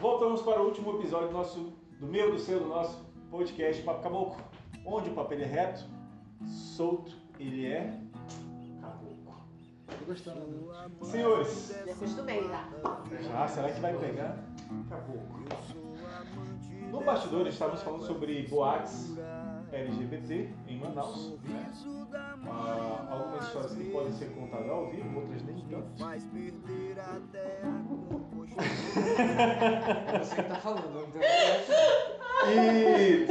Voltamos para o último episódio do, nosso, do meu, do seu, do nosso podcast Papo Caboclo, onde o papel é reto, solto, ele é caboclo. Tô gostando, né? Senhores, Me acostumei já. já será que vai pegar caboclo? No bastidor estávamos falando sobre boates LGBT em Manaus, né? Ah, algumas histórias que podem ser contadas ao vivo, outras nem tanto. É você que tá falando. Então, E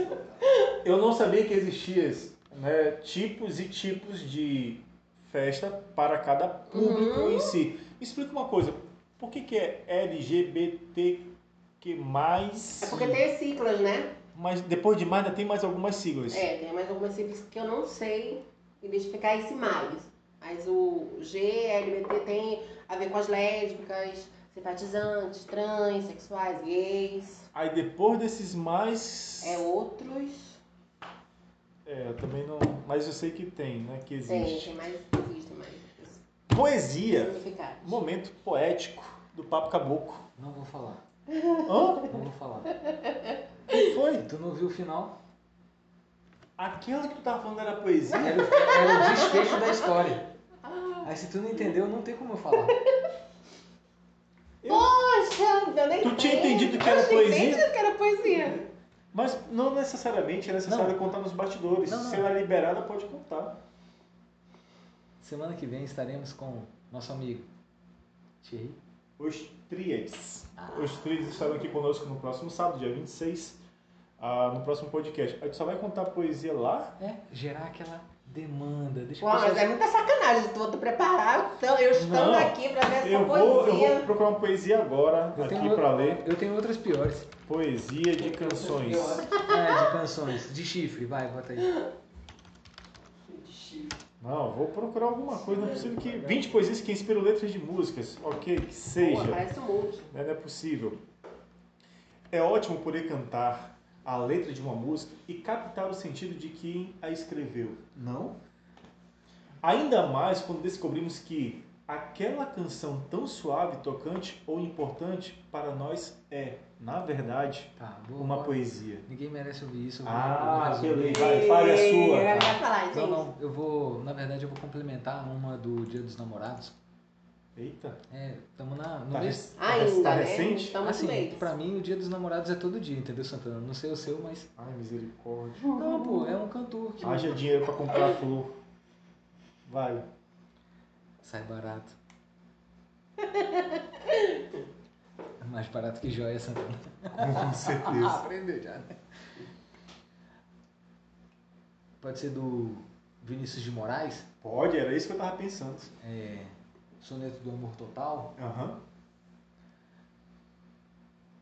eu não sabia que existia né, tipos e tipos de festa para cada público Uhum. em si. Explica uma coisa, por que, que é LGBTQ+, É porque tem as siglas, né? mas depois de mais ainda tem mais algumas siglas. É, tem mais algumas siglas que eu não sei identificar esse mais. Mas o G, LGBT tem a ver com as lésbicas, simpatizantes, trans, sexuais, gays, Aí depois desses mais, é outros. é, eu também não, mas eu sei que tem, né, que Tem, existe. tem mais, existem mais Poesia, significados. momento poético do Papo Caboclo. não vou falar. Hã? Não vou falar. Que foi? Tu não viu o final? Aquela que tu tava falando era poesia? Era o, era o desfecho da história. Aí se tu não entendeu, não tem como eu falar. Poxa, eu nem Tu tinha sei. entendido que era Eu tinha poesia? entendido que era poesia. Mas não necessariamente é necessário Não. contar nos bastidores. Não, não. Se ela é liberada, pode contar. Semana que vem estaremos com nosso amigo Thierry. Os Tríades. Ah. Os Tríades estarão aqui conosco no próximo sábado, dia 26, ah, no próximo podcast. A gente só vai contar poesia lá? É, gerar aquela demanda. Deixa assim. Pô, mas é muita sacanagem. Tu tu preparado, então, eu estando Não. aqui pra ver essa Eu vou, eu poesia. vou procurar uma poesia agora Eu aqui tenho pra outra- ler. Eu tenho outras piores. Poesia de canções. É, de canções. De chifre, vai, bota aí. Não, vou procurar alguma coisa. Não é possível que. 20 poesias que inspiram letras de músicas. Ok, que Pô, seja. parece um monte. né? Não é possível. É ótimo poder cantar a letra de uma música e captar o sentido de quem a escreveu. Não? Ainda mais quando descobrimos que aquela canção tão suave, tocante ou importante para nós é, na verdade, Tá, boa. uma boa. poesia. Ninguém merece ouvir isso. eu vou- eu vou Ah, resumir. beleza. Vai, fale a Eu sua. ia falar, gente. Não, não, eu vou, na verdade, eu vou complementar uma do Dia dos Namorados. Eita, É, estamos na, no tá, mês rec- tá rec- Ainda, tá né? recente? Estamos assim, no meio. pra mim o Dia dos Namorados é todo dia, entendeu, Santana? Não sei o seu, mas. Ai, misericórdia. Não, pô, é um cantor que Haja dinheiro pra comprar flor. Vai. sai barato. É Mais barato que joia, Santana. Com certeza. Ah, aprendeu já, né? Pode ser do Vinícius de Moraes, Pode, era isso que eu tava pensando. é, Soneto do Amor Total. Aham.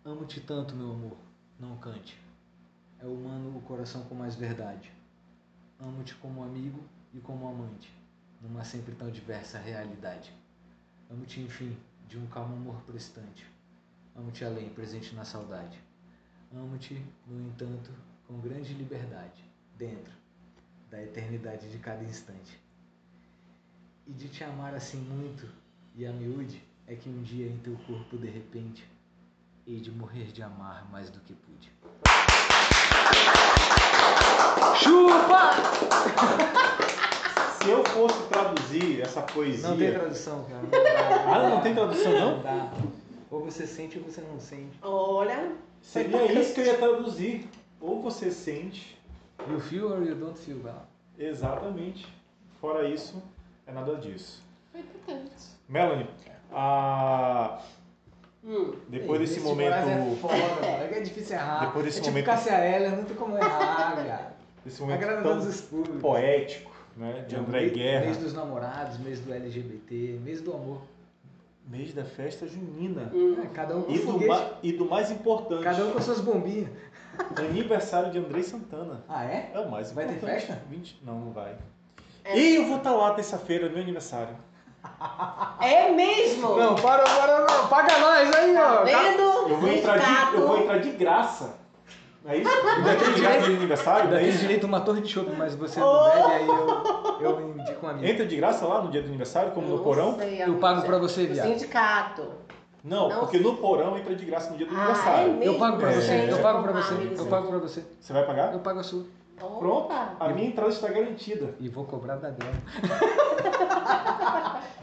Amo-te tanto, meu amor, não cante. É humano o coração com mais verdade. Amo-te como amigo e como amante, numa sempre tão diversa realidade. Amo-te, enfim, de um calmo amor prestante. Amo-te além, presente na saudade. Amo-te, no entanto, com grande liberdade, dentro da eternidade de cada instante. E de te amar assim muito e a miúde é que um dia em teu corpo de repente hei de morrer de amar mais do que pude. Chupa! Se eu fosse traduzir essa poesia. Não tem tradução, cara. Não dá. Ah, não tem tradução, não? Não dá. Ou você sente ou você não sente. Olha, Seria isso que eu ia traduzir. Ou você sente, You feel or you don't feel, vai lá. exatamente. Fora isso, é nada disso. Melanie, ah, hum, depois Ei, desse esse Moraes É, momento, foda, mano. É que é difícil errar. Depois desse é tipo momento- Cássia Eller, não tem como errar, viado. desse momento Agradando tão os públicos. poético, né, de André Mês- Mês Guerra, dos namorados, mês do LGBT, mês do amor. mês da festa junina hum. É, cada um com e do, foguete. ma- e do mais importante, Cada um com suas bombinhas. aniversário de André Santana. Ah, é? É o mais Vai ter importante. festa? 20... Não, não vai. É. E eu vou estar lá terça-feira, meu aniversário. É mesmo? Não, para, para, não. Paga nós aí, Tá ó. vendo? Eu vou entrar de, eu vou entrar de graça. Não é isso? Ainda tem de graça de aniversário? Não é Daquele isso? direito uma torre de chope, mas você Oh! não bebe, aí eu, eu indico um amigo. Entra de graça lá no dia do aniversário, como no porão? Eu pago pra você, viado. viado. Sindicato. Não, Não, porque no porão entra de graça no dia do Ah, é aniversário. mesmo? Eu pago pra É. você, eu pago pra você, Amigos, eu pago pra você, Você vai pagar? eu pago a sua. Pronto. Opa. A minha entrada está garantida. E vou cobrar da dela.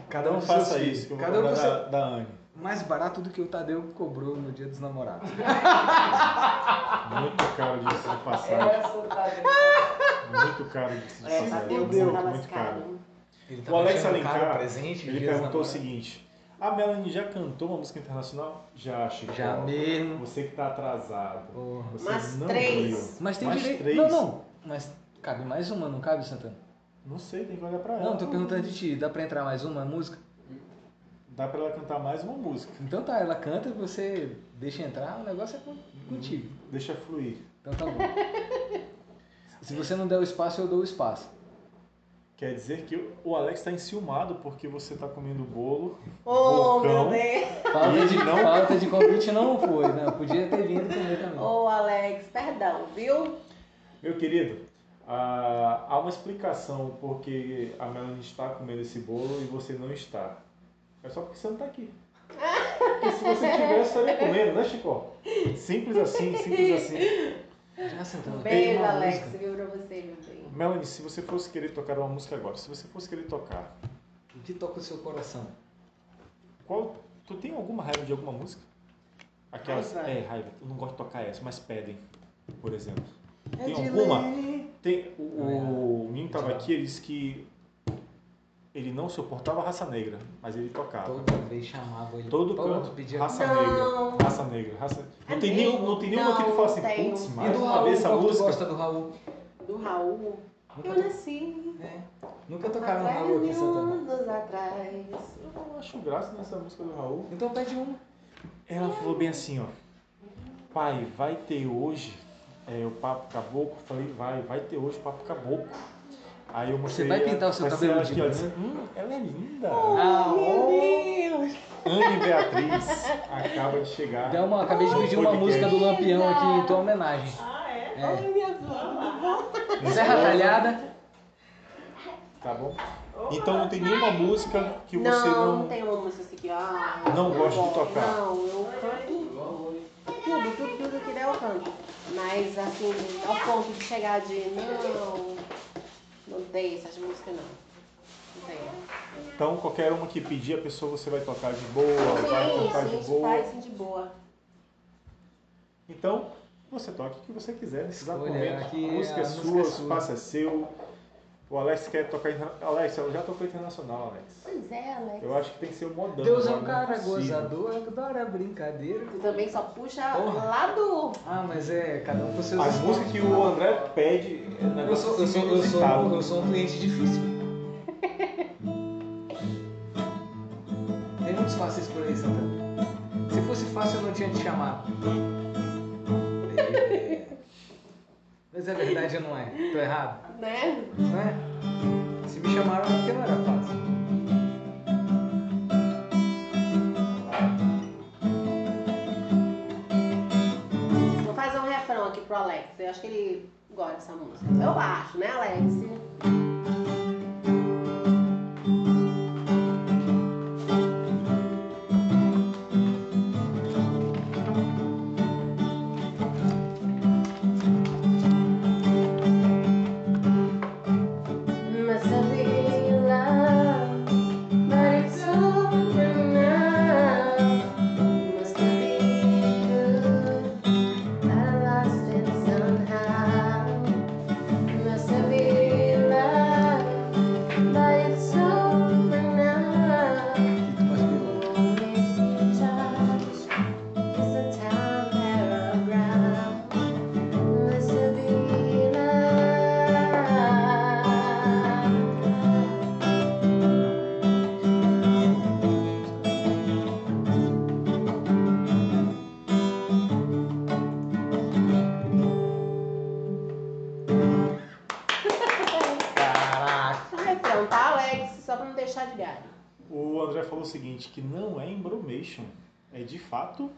Cada um com seus faça filhos. isso. Que eu vou Cada um com cobrar seu... da, da Anne. Mais barato do que o Tadeu cobrou no dia dos namorados. Muito caro disso de passagem. Essa tá bem. Muito caro disso de É, passagem. meu Meu Deus, Deus, Muito, tá muito caro. lascado. Ele O Alex achando caro Alencar, o presente, Ele dia dos perguntou o namorados. seguinte: A Melanie já cantou uma música internacional? Já, Chico. Já mesmo. Você que tá atrasado. Porra. Você Mas não três. viu. Mas tem Mais direito. três. Não, não. Mas cabe mais uma, não cabe, Santana? Não sei, tem que olhar pra ela. Não, tô perguntando de ti. Dá pra entrar mais uma música? Dá pra ela cantar mais uma música. Então tá, ela canta, você deixa entrar, o negócio é con- contigo. Deixa fluir. Então tá bom. Se você não der o espaço, eu dou o espaço. Quer dizer que o Alex tá enciumado porque você tá comendo bolo. Oh, Vulcão. meu Deus. Falta de, Ele não- falta de convite não foi, né? Eu podia ter vindo comer também. Ô, Alex, perdão, viu? Meu querido, ah, há uma explicação porque a Melanie está comendo esse bolo e você não está. É só porque você não tá aqui. Porque se você tivesse, estaria comendo, né, Chico? Simples assim, simples assim. Já Santana, tá Um pede beijo, uma Alex, música. viu pra você, meu bem. Melanie, se você fosse querer tocar uma música agora, se você fosse querer tocar, O que toca o seu coração? qual. Tu tem alguma raiva de alguma música? Aquelas. Raiva. É, raiva. Eu não gosto de tocar essa, mas pedem, por exemplo. Tem É de alguma? lei. Tem, o, o menino tava aqui, ele disse que ele não suportava a raça negra, mas ele tocava. Toda vez chamava ele. Todo Pronto, canto. pedia Raça Não. negra. Raça negra. Raça... Não, É tem nenhum, mesmo? não tem nenhuma que tu fala assim, Não, tem. um putz, E mais do uma Raul, vez essa qual que tu música. gosta do Raul? Do Raul. Nunca, Eu nasci né? Nunca tocaram no há Raul aqui em mil Santana. anos atrás. Eu não acho graça nessa música do Raul. Então pede uma. Ela falou bem assim, ó. Pai, vai ter hoje é, o papo caboclo? Falei, vai, vai ter hoje o papo caboclo. Aí eu mostrei. vai ela, pintar o seu mostrei ela cabelo de aqui, ó, disse, hum, Ela é linda. Ah, meu oh. Deus! Anne Beatriz acaba de chegar. Delma, acabei de pedir uma Podcast. música do Lampião aqui em tua homenagem. Ah, é? É. Ai, minha boca. Serra Talhada. Tá bom? Opa. Então não tem nenhuma música que você Não, não. tem uma música assim que. Ah, eu Não gosta de gosto. tocar. Não, eu canto tudo, tudo, tudo que der eu canto. Mas assim, ao ponto de chegar de não, não tem essas músicas não. Não tem. Então qualquer uma que pedir, a pessoa você vai tocar de boa, vai Sim, cantar a de gente boa. faz assim de boa. Então, você toca o que você quiser nesse exato Escolha, momento. aqui a música a é música sua, é o sua. espaço é seu. O Alex quer tocar. interna- Alex, eu já tocou internacional, Alex. Pois é, Alex. Eu acho que tem que ser o modão. Deus é agora, um não cara possível. gozador, adora brincadeira. Tu também só puxa Porra. lá do. Ah, mas é, cada um com seus. As músicas que o André pede é um Eu negócio sou, eu, sou, eu, sou, inusitado. eu sou um cliente difícil. Tem muitos fáceis por aí, Santana. Se fosse fácil, eu não tinha te chamado. É. Mas é verdade ou não é? Tô errado? Né? Não é? Se me chamaram é porque não era fácil. Vou fazer um refrão aqui pro Alex. Eu acho que ele gosta dessa música. Eu acho, né, Alex? Must have been in love, but it's over now. Must have been good, I lost it somehow. Must have been love, but it's over now. Que tu faz pelo- Only you touch is a time paragraph. Must have been love. Caraca! Só refrão, tá, Alex? Só pra não deixar de galho. O André falou o seguinte, que não é embromation, é de fato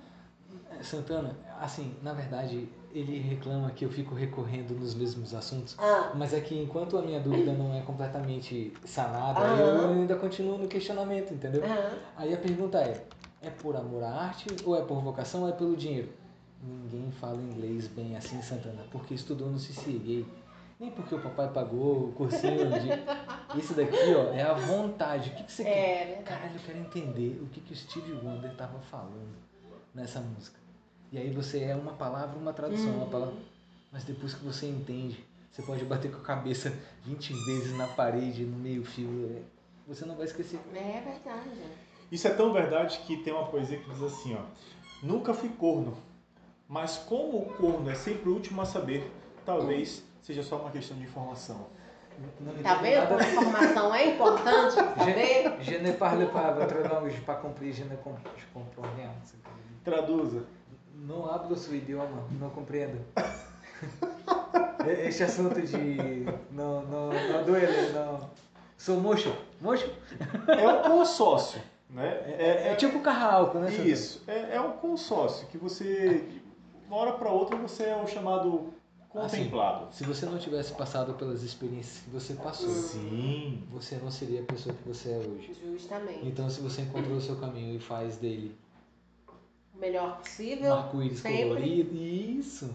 Santana, assim, na verdade, ele reclama que eu fico recorrendo nos mesmos assuntos. Ah, Mas é que enquanto a minha dúvida não é completamente sanada, Ah, Aham. Ah. eu ainda continuo no questionamento, entendeu? aham. Aí a pergunta é: É por amor à arte, ou é por vocação, ou é pelo dinheiro? Ninguém fala inglês bem assim, Santana, porque estudou no CCA Gay. Nem porque o papai pagou o cursinho de... Isso daqui, ó, é a vontade. O que, que você quer? É, verdade. Caralho, eu quero entender o que, que o Steve Wonder tava falando nessa música. E aí você é uma palavra, uma tradução, uma Uhum. palavra. Mas depois que você entende, você pode bater com a cabeça 20 vezes na parede, no meio-fio. é, Você não vai esquecer. É verdade. Isso é tão verdade que tem uma poesia que diz assim, ó. Nunca fui corno, mas como o corno é sempre o último a saber, talvez seja só uma questão de informação. Não me Tá deu vendo nada. como a informação é importante saber? Je ne parle pas votre langue pas compris, je ne com- je comprends rien. tá Traduza. Não hablo seu idioma, não compreendo. E- Este assunto de não, não, não duele, não. Sou mocho, mocho? É um consórcio, né? É, tipo carralco, né? Santana? Isso, é, é um consórcio que você, de uma hora para outra, você é o chamado contemplado. Se você não tivesse passado pelas experiências que você passou, Uhum. Sim. você não seria a pessoa que você é hoje. Justamente. Então, se você encontrou o seu caminho e faz dele O melhor possível. um arco-íris sempre. colorido, isso.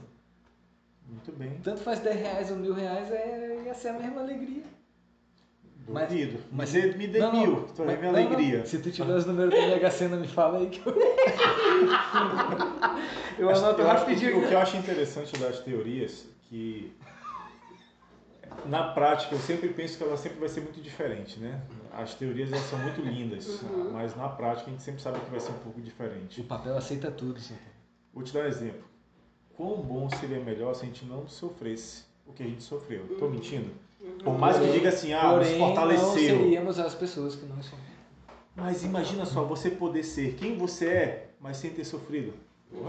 Muito bem. Tanto faz 10 reais ou mil reais, é, ia ser a mesma alegria. Mas- Duvido. mas- me dê, me dê mil, tu vai mas- ver a não, alegria. não. Se tu tiver os números da Mega Sena, me fala aí que eu. eu Mas anoto eu acho que rapidinho. O que eu acho interessante das teorias, que na prática eu sempre penso que ela sempre vai ser muito diferente, né? As teorias elas são muito lindas, Uhum. mas na prática a gente sempre sabe que vai ser um pouco diferente. O papel aceita tudo, gente. Vou te dar um exemplo. Quão bom seria melhor se a gente não sofresse o que a gente sofreu? Tô mentindo? Uhum. Por mais que Porém- diga assim, ah, nos Porém, não fortaleceu. seríamos as pessoas que não somos. Mas imagina só, você poder ser quem você é, mas sem ter sofrido.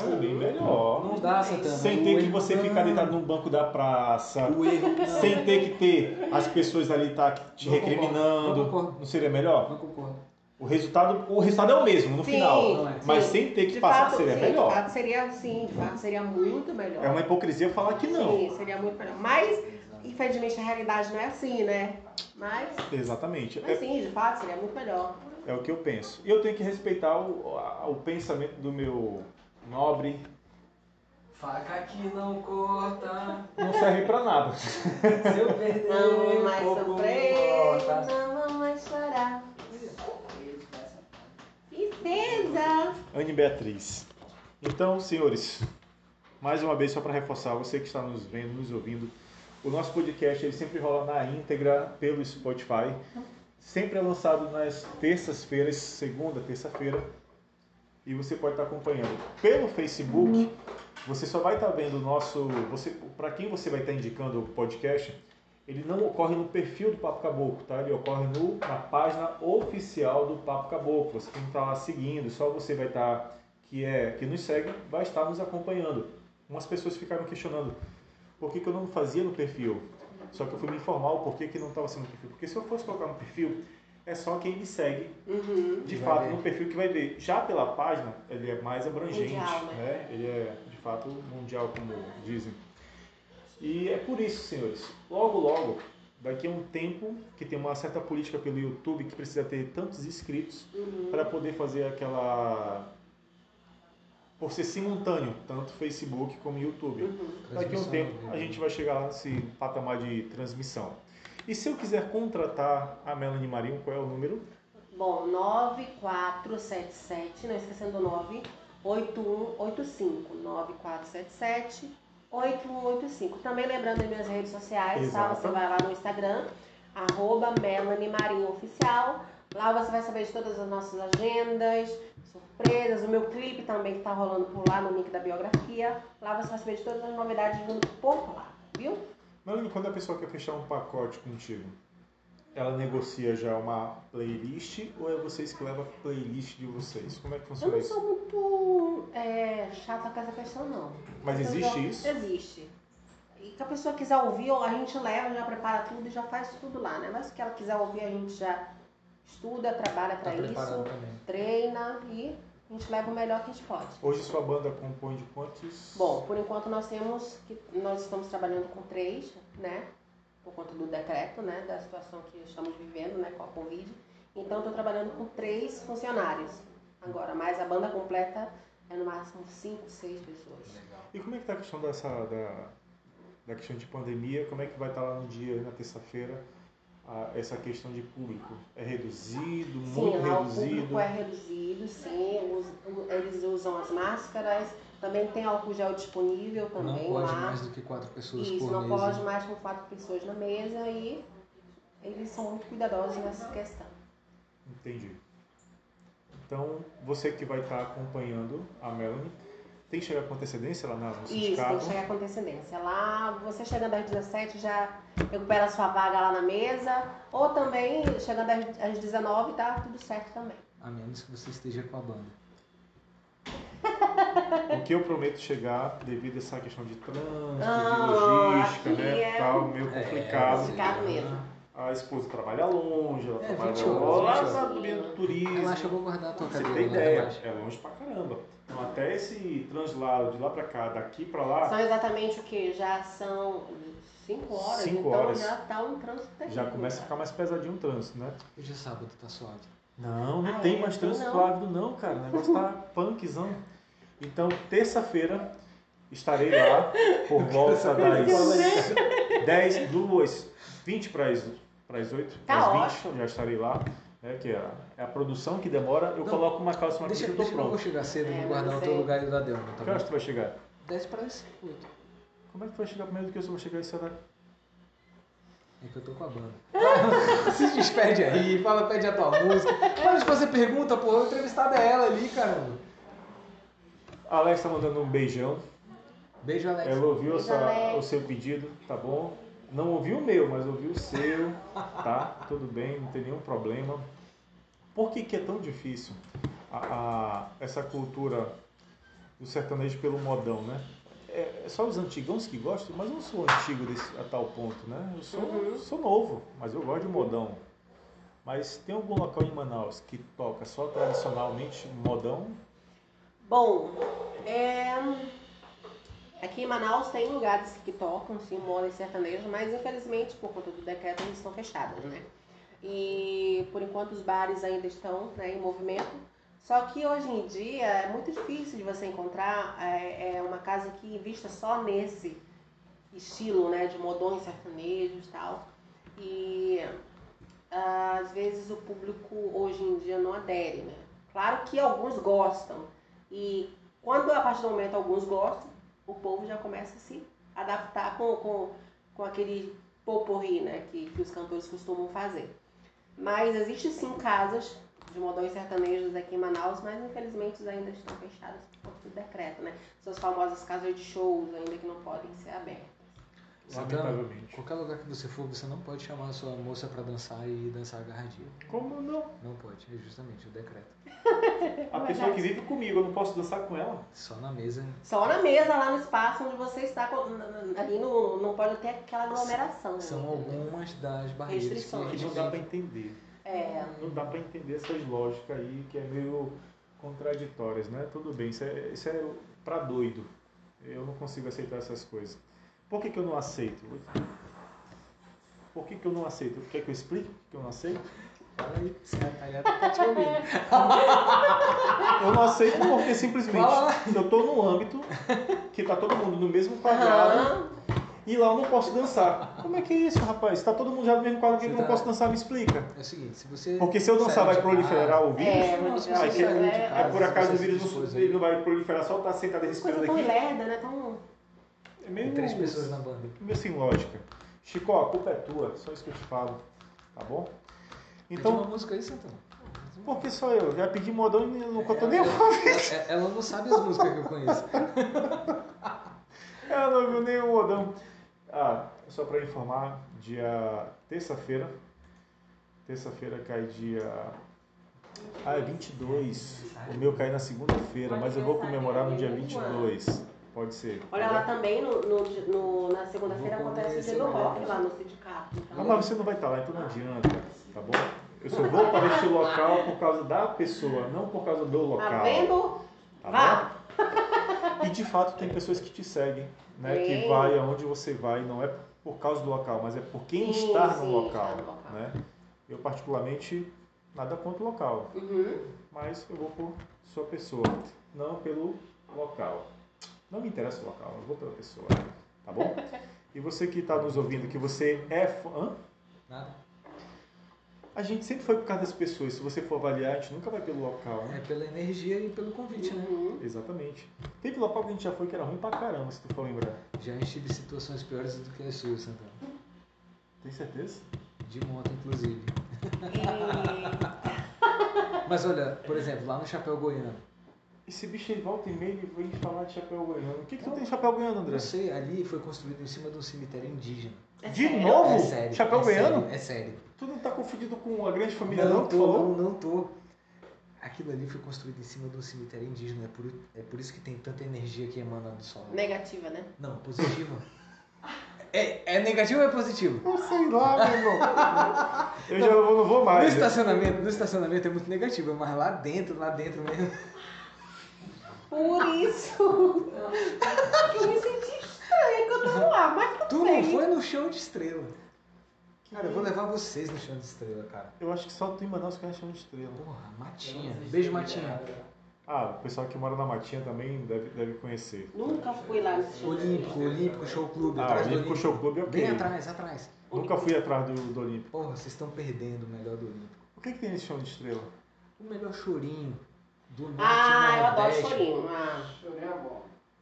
É bem melhor. Não dá, Santana. Sem O ter que erro- você ficar deitado num banco da praça. O erro. não. Sem ter que ter as pessoas ali tá te Não concordo, não recriminando. concordo. Não seria melhor? Não concordo. O resultado, o resultado é o mesmo no Sim, final. não é. Mas sim. sem ter que De passar fato, seria sim, De melhor. fato, seria sim, de fato, seria muito melhor. É uma hipocrisia falar que não. Sim, seria muito melhor. Mas, infelizmente, a realidade não é assim, né? Mas, Exatamente. mas É, sim, de fato, seria muito melhor. é o que eu penso. E eu tenho que respeitar o, a- o pensamento do meu nobre. Faca que não corta. Não serve pra nada. Se eu perder, Não um vou mais pouco sofrer, importa. não vou mais chorar. Princesa! Anne Beatriz. Então, senhores, mais uma vez só para reforçar, você que está nos vendo, nos ouvindo, o nosso podcast ele sempre rola na íntegra pelo Spotify. Sempre é lançado nas terças-feiras, segunda, terça-feira. E você pode estar acompanhando pelo Facebook. Você só vai estar vendo o nosso, você, para quem você vai estar indicando o podcast, ele não ocorre no perfil do Papo Caboclo, tá? Ele ocorre no, na página oficial do Papo Caboclo. Você tem que estar lá seguindo, só você vai estar, que é que nos segue, vai estar nos acompanhando. Umas pessoas ficaram questionando por que, que eu não fazia no perfil. Só que eu fui me informar o porquê que não estava sendo no perfil. Porque se eu fosse colocar no perfil, é só quem me segue, Uhum. de Vai fato, ver. no perfil que vai ver. Já pela página, ele é mais abrangente, Mundial, né? né? Ele é, de fato, mundial, como dizem. E é por isso, senhores. Logo, logo, daqui a um tempo que tem uma certa política pelo YouTube que precisa ter tantos inscritos Uhum. para poder fazer aquela. por ser simultâneo, tanto Facebook como YouTube. Uhum. Daqui a um Transmissão né? tempo ao vivo. a gente vai chegar lá nesse patamar de transmissão. E se eu quiser contratar a Melanie Marinho, qual é o número? Bom, 9477, não esquecendo o um 9, 8185. 9477, 8185. Também lembrando as minhas redes sociais, tá? Exato. Você vai lá no Instagram, arroba Melanie Marinho Oficial. Lá você vai saber de todas as nossas agendas, surpresas, o meu clipe também que tá rolando por lá no link da biografia. Lá você vai saber de todas as novidades vindo por lá, viu? Melanie, quando a pessoa quer fechar um pacote contigo, ela negocia já uma playlist ou é vocês que levam a playlist de vocês? Como é que Eu funciona não isso? sou muito é, chata com essa questão, não. Mas Então, existe já- isso? Existe. E que a pessoa quiser ouvir, a gente leva, já prepara tudo e já faz tudo lá, né? Mas o que ela quiser ouvir, a gente já estuda, trabalha pra Tá preparado isso, também. treina e a gente leva o melhor que a gente pode. Hoje sua banda compõe de quantos? Bom, por enquanto nós temos que nós estamos trabalhando com três, né? Por conta do decreto, né? Da situação que estamos vivendo, né? Com a Covid. Então, estou trabalhando com três funcionários. agora, mas a banda completa é no máximo 5, 6 pessoas. Legal. E como é que tá a questão dessa. Da, da questão de pandemia? Como é que vai estar lá no dia, na terça-feira, a- essa questão de público? É reduzido, muito Sim, lá o reduzido? público é reduzido, sim. os- o- eles usam as máscaras, também tem álcool gel disponível também Não pode lá. mais do que quatro pessoas Isso, por não mesa. né? pode mais com quatro pessoas na mesa e eles são muito cuidadosos nessa questão. Entendi. Então, você que vai estar acompanhando a Melanie, tem que chegar com antecedência lá na, no Isso, tem sindicato? que chegar com antecedência. Lá, você chegando às 17 já recupera a sua vaga lá na mesa. Ou também, chegando às, às 19, tá tudo certo também. A menos que você esteja com a banda. O que eu prometo chegar devido a essa questão de trânsito, Ah, de logística, aqui né? é- Tal, meio É, complicado. complicado mesmo. A esposa trabalha longe, ela É, trabalha 20 longe, horas, ela 20 tá horas. do turismo. Relaxa, eu vou guardar a tua né, Você cadeira. tem lá, ideia, relaxa. é longe pra caramba. Então até esse translado de lá pra cá, daqui pra lá, São exatamente o quê? Já são 5 horas, Cinco então horas. já tá um trânsito terrível. já começa a ficar mais pesadinho o trânsito, né? Hoje é sábado, tá suave. Não, não Ah, tem é? mais Então trânsito não. ávido não, cara. O negócio tá punkzão. Então, terça-feira, estarei lá por volta saber das 10, 2, 20 para as, para as 8, Tá para as 20, ótimo. já estarei lá. É que é a, é a produção que demora, eu Não, coloco uma calça uma Deixa, aqui e tô deixa que eu vou pronto. é chegar cedo, É, vou guardar mas o teu aí- lugar e o da Delma, tá Que horas bom? tu vai chegar? 10 para as 8. Como é que tu vai chegar primeiro do que eu se eu vou chegar esse horário? É que eu tô com a banda. Se despede aí, fala, pede a tua música. Para de fazer pergunta, pô. A entrevistada é ela ali, caramba. Alex tá mandando um beijão. Beijo, Alex. Ela ouviu Beijo, essa- Alex. o seu pedido, tá bom? Não ouviu o meu, mas ouviu o seu, tá? Tudo bem, não tem nenhum problema. Por que, que é tão difícil a- a- essa cultura do sertanejo pelo modão, né? É, é só os antigãos que gostam, mas eu não sou antigo desse- a tal ponto, né? Eu sou, sou novo, mas eu gosto de modão. Mas tem algum local em Manaus que toca só tradicionalmente modão? Bom, é, aqui em Manaus tem lugares que tocam, sim, moda e sertanejo, mas infelizmente por conta do decreto eles estão fechados, né? E por enquanto os bares ainda estão né, em movimento. Só que hoje em dia é muito difícil de você encontrar é, é, uma casa que invista só nesse estilo, né? De modões sertanejos e tal. E ah, às vezes o público hoje em dia não adere, né? Claro que alguns gostam, e quando a partir do momento alguns gostam, o povo já começa a se adaptar com, com, com aquele poporri né, que, que os cantores costumam fazer. Mas existe sim casas de modões sertanejos aqui em Manaus, mas infelizmente ainda estão fechadas por conta do decreto, né? Suas famosas casas de shows ainda que não podem ser abertas. Satã, Lamentavelmente. qualquer lugar que você for, você não pode chamar a sua moça pra dançar e dançar agarradinho. Como não? Não pode, é justamente o decreto. A Mas pessoa é- que vive comigo, eu não posso dançar com ela? Só na mesa. Só na mesa, lá no espaço onde você está, com- n- n- ali no, não pode ter aquela aglomeração. né? São algumas das barreiras que Restrições. Que não dá pra entender. É, tipo assim, Não dá pra entender essas lógicas aí que é meio contraditórias, né? Tudo bem, isso é, isso é pra doido. Eu não consigo aceitar essas coisas. Por que, que eu não aceito? Por que, que eu não aceito? Quer que eu explique que eu não aceito? Fala aí, você é talhado pra te ouvir. Eu não aceito porque Fala. simplesmente eu tô num âmbito que tá todo mundo no mesmo quadrado Aham. e lá eu não posso dançar. Como é que é isso, rapaz? Tá todo mundo já no mesmo quadrado, por que que Você eu não tá- posso dançar? Me explica. É o seguinte, se você. Porque se eu dançar sair vai de proliferar o vírus? É, Não, se Ah, Aí você que é, mas sair de é- aí casa, por acaso o se você se vírus não, expôs ele não ali, vai proliferar só tá sentado Uma coisa respirando tão aqui. lerda, né? Tão... É meio, Três pessoas na banda. meio sem lógica. Chico, a culpa é tua, só isso que eu te falo, tá bom? Então, Então, uma música aí, Santana. por que só eu? Já pedi modão e É, não contou nem ela, uma. ela, ela não sabe as músicas que eu conheço. Ela não viu nenhum modão. Ah, só pra informar, dia terça-feira. Terça-feira cai dia. Ah, é 22. O meu cai na segunda-feira, mas eu vou comemorar no é dia 22. Pode ser. Olha, tá lá também no, no- no- na segunda-feira Vou comer acontece o dia esse do negócio. rock lá no sindicato. Ah, Então, mas você não vai estar lá, então não adianta, tá bom? Eu só vou para este local por causa da pessoa, não por causa do local. tá vendo? Tá Vá. bom? E de fato tem pessoas que te seguem, né? Que Tem. vai aonde você vai, não é por causa do local, mas é por quem Sim, estar sim, no local, estar no local. né? Eu particularmente Nada contra o local, Uhum. mas eu vou por sua pessoa, não pelo local. Não me interessa o local, eu vou pela pessoa, tá bom? E você que está nos ouvindo, que você é fã... Hã? Nada. A gente sempre foi por causa das pessoas. Se você for avaliar, a gente nunca vai pelo local, né? É pela energia e pelo convite, né? Uhum. Exatamente. Teve local que a gente já foi que era ruim pra caramba, se tu for lembrar. Já estive em situações piores do que as suas, Santana. Tem certeza? De moto, inclusive. E- Mas olha, por exemplo, lá no Chapéu Goiano. Esse bicho ele volta e meia e vem falar de chapéu goiano. O que, que tu tem de chapéu goiano, André? Não sei, ali foi construído em cima de um cemitério indígena. É De sério? novo? É sério. Chapéu é goiano? sério, É sério. Tu não tá confundido com a grande família, não? que tu tô, falou? não, não tô. Aquilo ali foi construído em cima de um cemitério indígena. É por, é por isso que tem tanta energia que emana do sol. Negativa, né? Não, positiva. É, é negativo ou é positivo? Não sei lá, meu irmão. Eu já não, vou No mais. estacionamento, no estacionamento é muito negativo, mas lá dentro, lá dentro mesmo. Por isso que eu me senti estranha que eu tava lá, mas tudo Tu não bem. foi no show de estrela. Cara, eu vou levar vocês no show de estrela, cara. Eu acho que só tu em Manaus que a gente chama de estrela. né? Porra, Matinha. Beijo, Matinha. Ah, o pessoal que mora na Matinha também deve, deve conhecer. Nunca fui lá nesse show. Olímpico, Olímpico Show Clube. Ah, o atrás do Olímpico Show Clube é ok. Bem atrás, atrás. Nunca fui atrás do, do Olímpico. Porra, vocês estão perdendo o melhor do Olímpico. O que, que tem nesse chão de estrela? O melhor chorinho do norte Ah, eu adoro Nordeste. chorinho. Ah,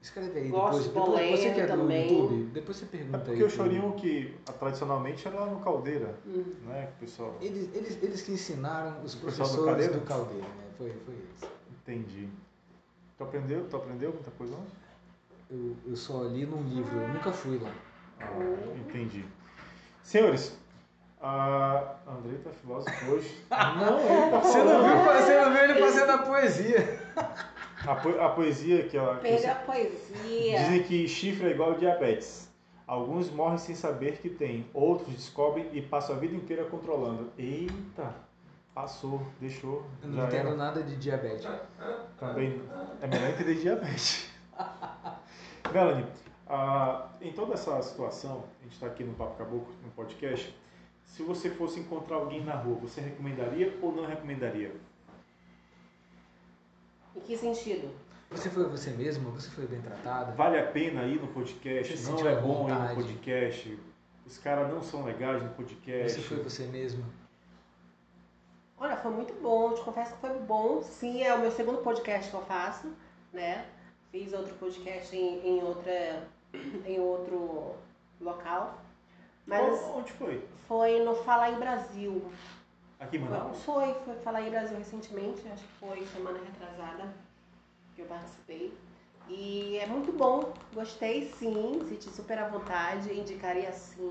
Escreve aí Gosto depois. de depois você que é do também. YouTube, depois você É pergunta aí. porque o pro- chorinho que ah, tradicionalmente era lá no Caldeira, hum. né? Que o pessoal Eles, eles, eles que ensinaram os pessoal do professores Caldeira? do Caldeira, né? Foi, foi eles. entendi. Tu aprendeu? Tu aprendeu muita coisa lá? Eu, eu só li num livro, eu nunca fui lá. Ah, entendi. Senhores, a Andrei tá filósofo hoje. Não, ele tá Você não viu, falando. você não viu ele fazendo a poesia. A, po- a poesia que ela. que Pega você- a poesia. Dizem que chifre é igual ao diabetes. Alguns morrem sem saber que tem, outros descobrem e passam a vida inteira controlando. Eita! Passou, deixou. Eu não já era. entendo nada de diabetes. Também é melhor entender diabetes. Melanie, ah, em toda essa situação, a gente está aqui no Papo Caboclo, no podcast, se você fosse encontrar alguém na rua, você recomendaria ou não recomendaria? Em que sentido? Você foi você mesma? Você foi bem tratada? Vale a pena ir no podcast? Você não sentiu é a bom ir no vontade? podcast? Os caras não são legais no podcast? Você foi você mesma? Olha, foi muito bom, te confesso que foi bom. Sim, é o meu segundo podcast que eu faço, né? Fiz outro podcast em, em outra em outro local, mas Onde- Onde foi? foi no Falar em Brasil. Aqui um em Manaus? Foi, foi falar em Brasil recentemente, acho que foi semana retrasada que eu participei. E é muito bom, gostei sim, senti super à vontade, indicaria sim,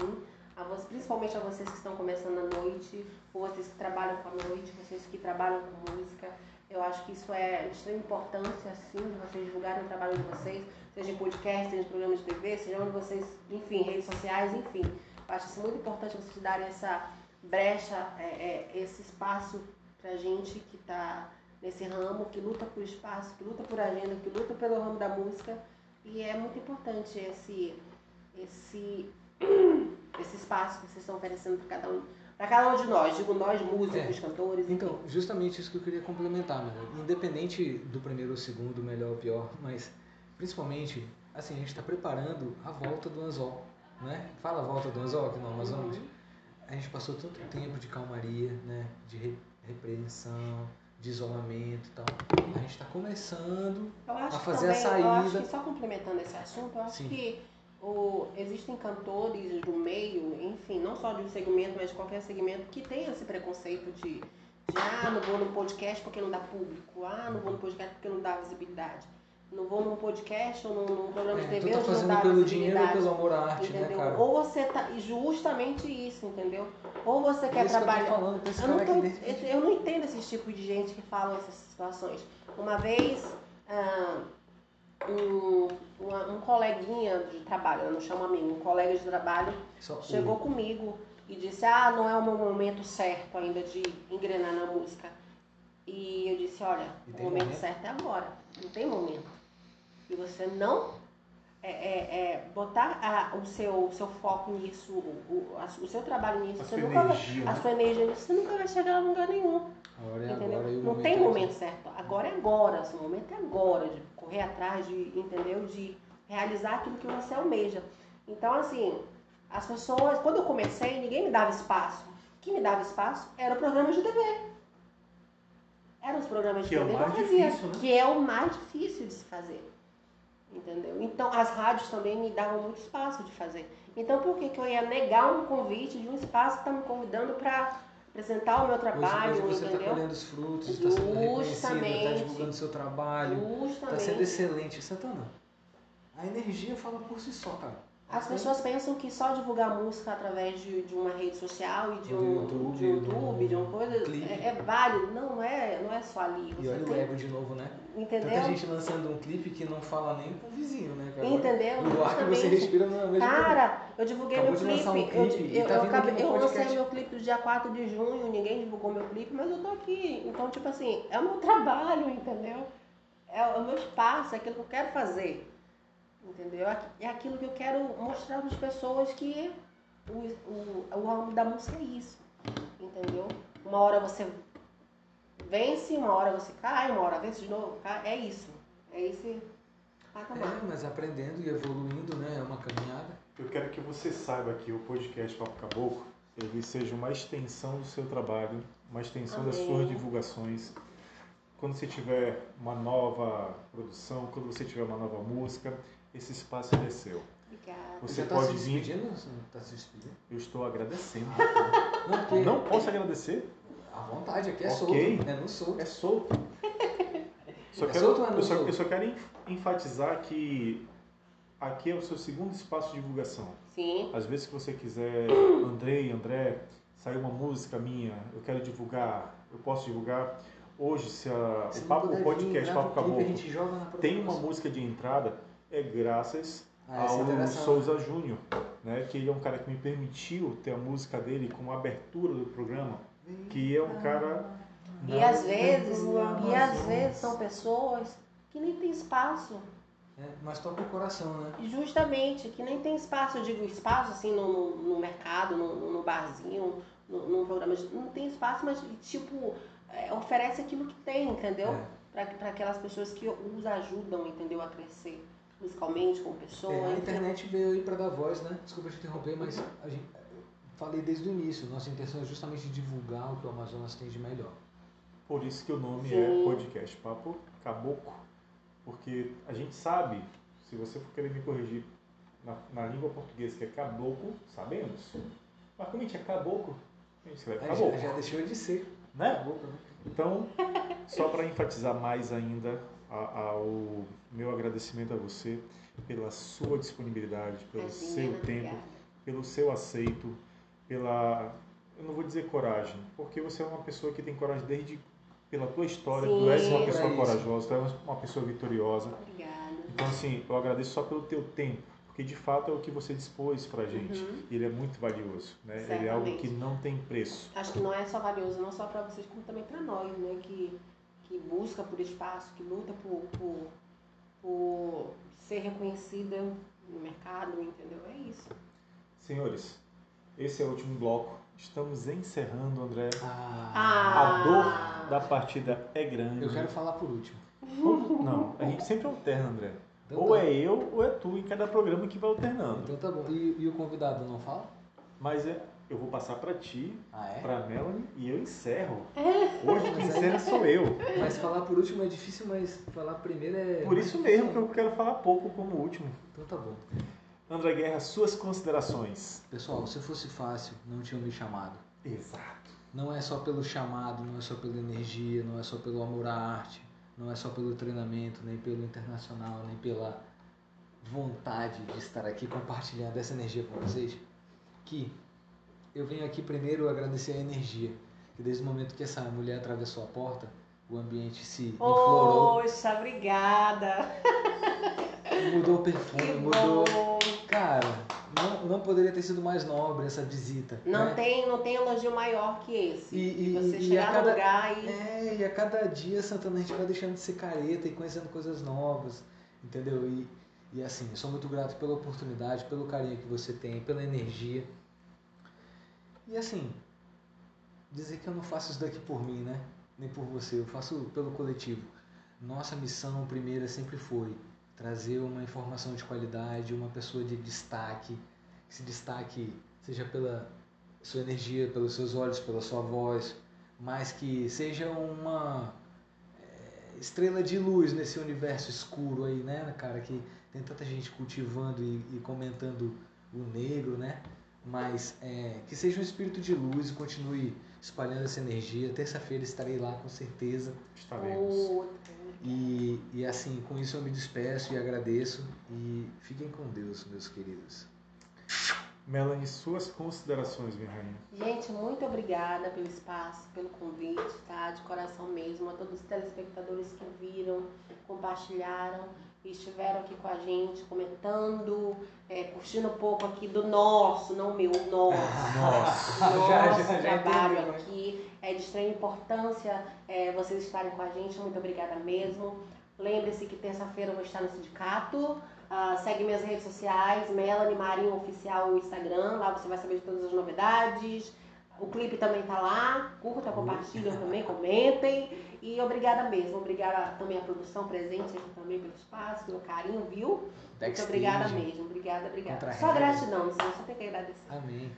a vo- principalmente a vocês que estão começando à noite, ou vocês que trabalham com a noite, vocês que trabalham com música. Eu acho que isso é de extrema importância, assim, de vocês divulgarem o trabalho de vocês, seja em podcast, seja em programa de TV, seja onde vocês, enfim, redes sociais, enfim. Eu acho isso muito importante vocês darem essa brecha, é, é, esse espaço pra gente que tá nesse ramo, que luta por espaço, que luta por agenda, que luta pelo ramo da música. E é muito importante esse, esse, esse espaço que vocês estão oferecendo pra cada um. Pra cada um de nós, digo nós, músicos, É. cantores, Então, justamente isso que eu queria complementar, mano. Independente do primeiro ou segundo, melhor ou pior, mas principalmente, assim, a gente está preparando a volta do anzol, né? Fala a volta do anzol aqui no Amazonas. Uhum. A gente passou tanto tempo de calmaria, né? De re- repreensão, de isolamento e tal. A gente está começando. Eu acho a que fazer a também, Eu acho saída. que só complementando esse assunto, eu acho Sim. que o, existem cantores do meio, enfim, não só de um segmento, mas de qualquer segmento, que tem esse preconceito de, de ah, não vou no podcast porque não dá público, ah, não vou no podcast porque não dá visibilidade. Não vou num podcast ou num, num programa de É, tu TV tá onde não dá fazendo pelo dinheiro ou visibilidade. pelo amor à arte, entendeu? né, cara? Ou você tá. e Justamente isso, entendeu? Ou você É quer isso é que eu tô trabalhar. falando pra esse Eu não, cara tô- aqui dentro. eu- eu não entendo esses tipos de gente que falam essas situações. Uma vez, ah, um, uma- um coleguinha de trabalho, eu não chamo amigo, um colega de trabalho, Só chegou comigo e disse: Ah, não é o meu momento certo ainda de engrenar na música. E eu disse: Olha, E o tem momento, momento? certo é agora, não tem momento. E você não é, é- é botar a- o, seu, o seu foco nisso, o, o- a- o seu trabalho nisso, A você sua nunca vai, energia, a né? sua energia nisso, você nunca vai chegar a lugar nenhum. A hora é Entendeu? agora e o não momento tem é aqui. momento certo. Agora é agora. assim, O momento é agora de correr atrás, de, entendeu? De realizar aquilo que você almeja. Então, assim, as pessoas, quando eu comecei, ninguém me dava espaço. Quem me dava espaço era o programa de TV. Eram os programas de Que é o TV que eu mais fazia. difícil, né? Que é o mais difícil de se fazer. Entendeu? Então, as rádios também me davam muito espaço de fazer. Então, por que, que eu ia negar um convite de um espaço que está me convidando para apresentar o meu Hoje, trabalho, hoje tá você está entendeu? colhendo os frutos, está sendo reconhecido, está Justamente. divulgando seu trabalho, está Tá sendo Justamente. excelente. Santana, a energia fala por si só, cara. As Você- pessoas pensam que só divulgar música através de, de uma rede social e de Do um YouTube, de, um YouTube, de uma coisa clipe. é, é válido. Não, não é, não é só ali. E Você olha o tem, ego de novo, né? Tanta entendeu? gente lançando um clipe que não fala nem pro vizinho, né, cara? Entendeu? E o ar que você Justamente. respira não é o mesmo Cara, eu divulguei Acabou meu de clipe. lançar um eu- clipe e eu tá eu vindo acabei- aqui no eu lancei podcast. meu clipe do dia 4 de junho, ninguém divulgou meu clipe, mas eu tô aqui. Então, tipo assim, é o meu trabalho, entendeu? É o é o meu espaço, é aquilo que eu quero fazer. Entendeu? É- É aquilo que eu quero mostrar para as pessoas que o, o, o ramo da música é isso. Entendeu? Uma hora você vence, uma hora você cai, uma hora vence de novo, cai. É isso. É esse patamar. É, mas aprendendo e evoluindo, né? É uma caminhada. Eu quero que você saiba que o podcast Papo Caboclo ele seja uma extensão do seu trabalho, uma extensão das Amém. suas divulgações. Quando você tiver uma nova produção, quando você tiver uma nova música, esse espaço ele é seu. Obrigada. Você Já tá pode se vir. despedindo? Você não tá se despedindo? Eu estou agradecendo. Não, porque Não posso agradecer? a vontade aqui é Ok. solto, né? Não solto. É solto. Só É quero, solto, mas não eu, só, solto. eu só quero enf- enfatizar que aqui é o seu segundo espaço de divulgação. Sim. Às vezes, se você quiser, Andrei, André, saiu uma música minha, eu quero divulgar, eu posso divulgar. Hoje, se a, Se o não Papo puder vir, Podcast, grava Papo um clipe, A Caboclo, gente joga na tem uma programação. música de entrada, é graças Ah, essa ao interação, Souza Júnior, né? Que ele é um cara que me permitiu ter a música dele como abertura do programa, né? que é um cara... E Não às vezes, do e às Amazonas. vezes são pessoas que nem tem espaço. É, mas toca o coração, né? E Justamente, que nem tem espaço, eu digo espaço assim no, no, no mercado, no, no- no barzinho, no, num programa. de- Não tem espaço, mas tipo, é, oferece aquilo que tem, entendeu? É. Pra Para aquelas pessoas que os ajudam, entendeu? A crescer musicalmente, como pessoa. É, a enfim. internet veio aí para dar voz, né? Desculpa te interromper, mas a gente, eu falei desde o início. Nossa intenção é justamente divulgar o que o Amazonas tem de melhor. Por isso que o nome Sim. é Podcast Papo Caboclo, porque a gente sabe, se você for querer me corrigir na, na língua portuguesa que é caboclo, sabemos. Mas como a gente é caboclo, a gente escreve Aí já, caboclo, já deixou de ser. né? Acabou, né? Então, só para enfatizar mais ainda a- ao meu agradecimento a você pela sua disponibilidade, pelo seu Imagina, tempo, né? obrigada. pelo seu aceito, pela eu não vou dizer coragem, porque você é uma pessoa que tem coragem desde pela tua história, tu Sim. és uma pessoa É isso. corajosa, tu és uma pessoa vitoriosa. Obrigada. Então assim, eu agradeço só pelo teu tempo, porque de fato é o que você dispôs pra gente. Uhum. E ele é muito valioso, né? Ele é algo que não tem preço. acho que não é só valioso não só para vocês como também para nós né que que busca por espaço que luta por, por por ser reconhecida no mercado entendeu é isso Senhores, esse é o último bloco. Estamos encerrando, André. Ah, Ah. A dor da partida é grande. eu quero falar por último. Não, a gente sempre alterna, André. Então Ou tá. é eu ou é tu em cada programa que vai alternando. Então tá bom. E, e o convidado não fala? Mas é- eu vou passar pra ti, Ah, é? pra Melanie e eu encerro. Hoje quem encerra sou eu. Mas falar por último é difícil, mas falar primeiro é. Por isso mesmo que eu quero falar pouco como último. Então tá bom. André Guerra, suas considerações. Pessoal, se fosse fácil, não tinham me chamado. Exato. Não é só pelo chamado, não é só pela energia, não é só pelo amor à arte, não é só pelo treinamento, nem pelo internacional, nem pela vontade de estar aqui compartilhando essa energia com vocês, que eu venho aqui primeiro agradecer a energia, que desde o momento que essa mulher atravessou a porta, o ambiente se inflorou, poxa obrigada mudou o que perfume, mudou... né? bom Cara, não, não poderia ter sido mais nobre essa visita, não né? tem não tem elogio maior que esse E- e- você e chegar a cada- no lugar e É, e a cada dia, Santana, a gente vai deixando de ser careta e conhecendo coisas novas, entendeu? E, e assim, eu sou muito grato pela oportunidade, pelo carinho que você tem, pela energia. E assim, dizer que eu não faço isso daqui por mim, né? nem por você, eu faço pelo coletivo. Nossa missão primeira sempre foi trazer uma informação de qualidade, uma pessoa de destaque, que se destaque seja pela sua energia, pelos seus olhos, pela sua voz, mas que seja uma eh, estrela de luz nesse universo escuro aí, né, cara? Que tem tanta gente cultivando e, e comentando o negro, né? Mas eh, que seja um espírito de luz e continue espalhando essa energia. Terça-feira estarei lá com certeza. Estaremos. Oh. E, e assim, com isso eu me despeço e agradeço. E fiquem com Deus, meus queridos. Melanie, suas considerações, minha rainha. Gente, muito obrigada pelo espaço, pelo convite, tá? De coração mesmo, a todos os telespectadores que viram, compartilharam e estiveram aqui com a gente, comentando, é, curtindo um pouco aqui do nosso, não meu, o nosso. Nossa. Nosso Ah, Já, já, já trabalho entendeu, né? aqui é de extrema importância é, vocês estarem com a gente, muito obrigada mesmo. Lembre-se que terça-feira eu vou estar no sindicato. Ah, segue minhas redes sociais, Melanie Marinho Oficial no Instagram, lá você vai saber de todas as novidades. O clipe também tá lá, curta, Uhum. compartilham também, comentem. E obrigada mesmo, obrigada também à produção presente aqui também pelo espaço, pelo carinho, viu? Muito Backstage. obrigada mesmo, obrigada, obrigada. Contra Só regra. gratidão, senhor, só tem que agradecer. Amém.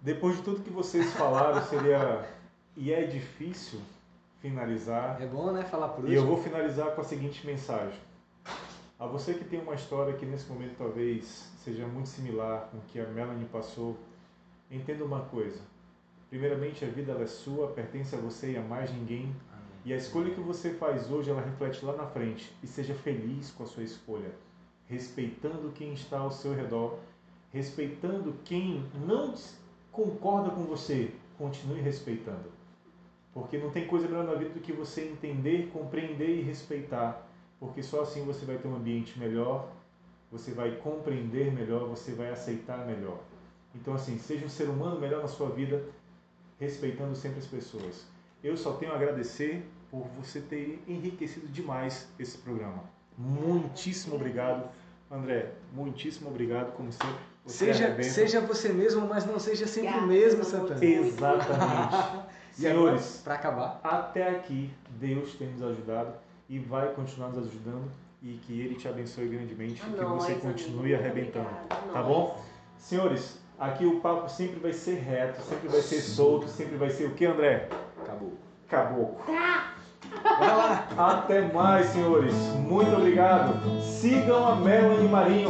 Depois de tudo que vocês falaram, seria. E é difícil finalizar. É bom, né? Falar por E eu último. vou finalizar com a seguinte mensagem. A você que tem uma história que nesse momento talvez seja muito similar com o que a Melanie passou, entenda uma coisa. Primeiramente, a vida ela é sua, pertence a você e a mais ninguém. Amém. E a escolha que você faz hoje, ela reflete lá na frente. E seja feliz com a sua escolha, respeitando quem está ao seu redor, respeitando quem não s- concorda com você. Continue respeitando. Porque não tem coisa melhor na vida do que você entender, compreender e respeitar. Porque só assim você vai ter um ambiente melhor, você vai compreender melhor, você vai aceitar melhor. Então, assim, seja um ser humano melhor na sua vida, respeitando sempre as pessoas. Eu só tenho a agradecer por você ter enriquecido demais esse programa. Muitíssimo obrigado, André. Muitíssimo obrigado, como sempre. Você é Seja, arrebenta. seja você mesmo, mas não seja sempre o Obrigada, mesmo, pelo amor Santana. de Deus. Exatamente. E agora, Senhores, pra acabar, até aqui Deus tem nos ajudado e vai continuar nos ajudando e que Ele te abençoe grandemente A Ah, e que você nós, continue amigo, muito arrebentando. obrigada, a Tá nós. bom? Senhores, aqui o papo sempre vai ser reto, sempre vai ser solto, sempre vai ser o que, André? acabou. Caboclo. Até mais, senhores. Muito obrigado. Sigam a Melanie Marinho,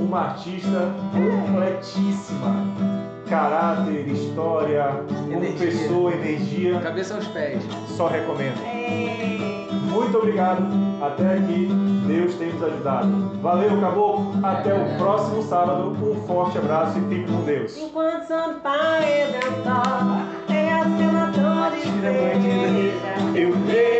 uma artista completíssima. Caráter, história, como Energia. pessoa, energia. Cabeça aos pés. Só recomendo. É. Muito obrigado. Até aqui, Deus tem nos ajudado. Valeu, caboclo. Até o próximo sábado. Um forte abraço e fique com Deus. Enquanto Sampaio dançar, é a senadora de Tira a moedinha. igreja. Eu creio.